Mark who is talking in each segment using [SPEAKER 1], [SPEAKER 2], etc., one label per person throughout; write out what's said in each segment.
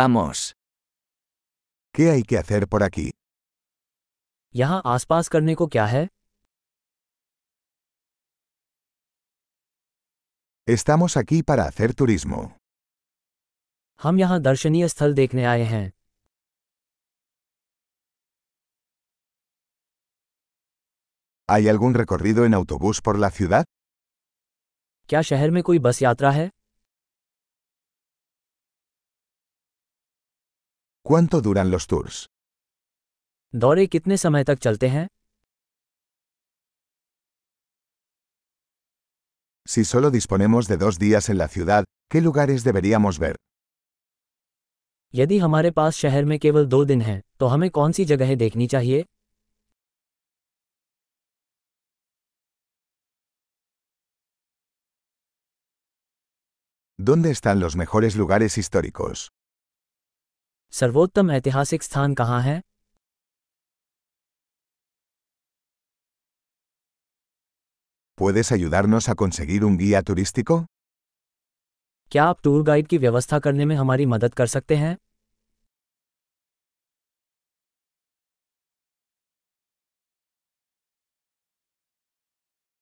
[SPEAKER 1] Vamos.
[SPEAKER 2] ¿Qué hay que hacer por aquí?
[SPEAKER 3] यहाँ आसपास करने को क्या है
[SPEAKER 2] Estamos aquí para hacer turismo.
[SPEAKER 3] हम यहाँ दर्शनीय स्थल देखने आए हैं
[SPEAKER 2] ¿Hay algún recorrido en autobús por la ciudad?
[SPEAKER 3] क्या शहर में कोई बस यात्रा है
[SPEAKER 2] ¿Cuánto duran los tours?
[SPEAKER 3] दौरे कितने समय तक चलते हैं
[SPEAKER 2] Si solo disponemos de dos días en la ciudad, ¿qué lugares deberíamos ver?
[SPEAKER 3] यदि हमारे पास शहर में केवल दो दिन हैं तो हमें कौन सी जगहें देखनी चाहिए
[SPEAKER 2] ¿Dónde están los mejores lugares históricos?
[SPEAKER 3] सर्वोत्तम ऐतिहासिक स्थान कहाँ है
[SPEAKER 2] ¿Puedes ayudarnos a conseguir un guía turístico?
[SPEAKER 3] क्या आप टूर गाइड की व्यवस्था करने में हमारी मदद कर सकते हैं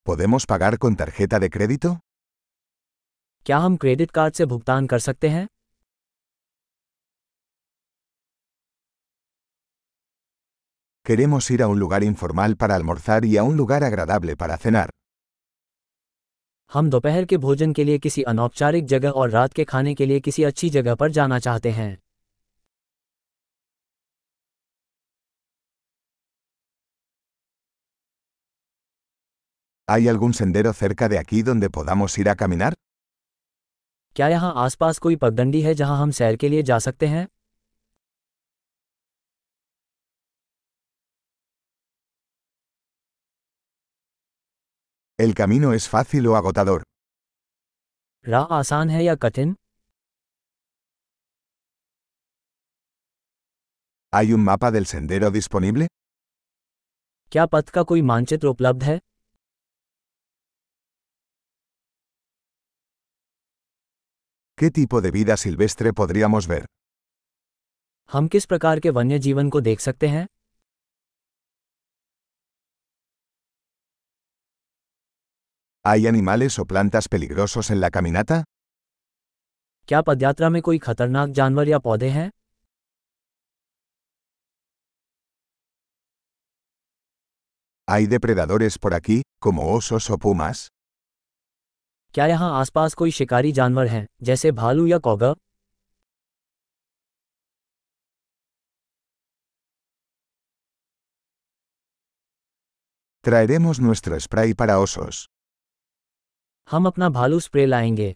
[SPEAKER 2] ¿Podemos pagar con tarjeta de crédito?
[SPEAKER 3] क्या हम क्रेडिट कार्ड से भुगतान कर सकते हैं
[SPEAKER 2] Queremos ir a un lugar informal para almorzar y a un lugar agradable para cenar.
[SPEAKER 3] हम दोपहर के भोजन के लिए किसी अनौपचारिक जगह और रात के खाने के लिए किसी अच्छी जगह पर जाना चाहते हैं
[SPEAKER 2] ¿Hay algún sendero cerca de aquí donde podamos ir a caminar?
[SPEAKER 3] क्या यहाँ आसपास कोई पगडंडी है जहाँ हम सैर के लिए जा सकते हैं
[SPEAKER 2] ¿El camino es fácil o agotador?
[SPEAKER 3] राह आसान है या कठिन
[SPEAKER 2] ¿Hay un mapa del sendero disponible?
[SPEAKER 3] क्या पथ का कोई मानचित्र उपलब्ध है
[SPEAKER 2] ¿Qué tipo de vida silvestre podríamos ver?
[SPEAKER 3] हम किस प्रकार के वन्य जीवन को देख सकते हैं
[SPEAKER 2] ¿Hay animales o plantas peligrosos en la caminata?
[SPEAKER 3] क्या पदयात्रा में कोई खतरनाक जानवर या पौधे हैं
[SPEAKER 2] ¿Hay depredadores por aquí, como osos o pumas?
[SPEAKER 3] क्या यहाँ आसपास कोई शिकारी जानवर हैं जैसे भालू या कौगा
[SPEAKER 2] Traeremos nuestro spray para osos.
[SPEAKER 3] हम अपना भालू स्प्रे लाएंगे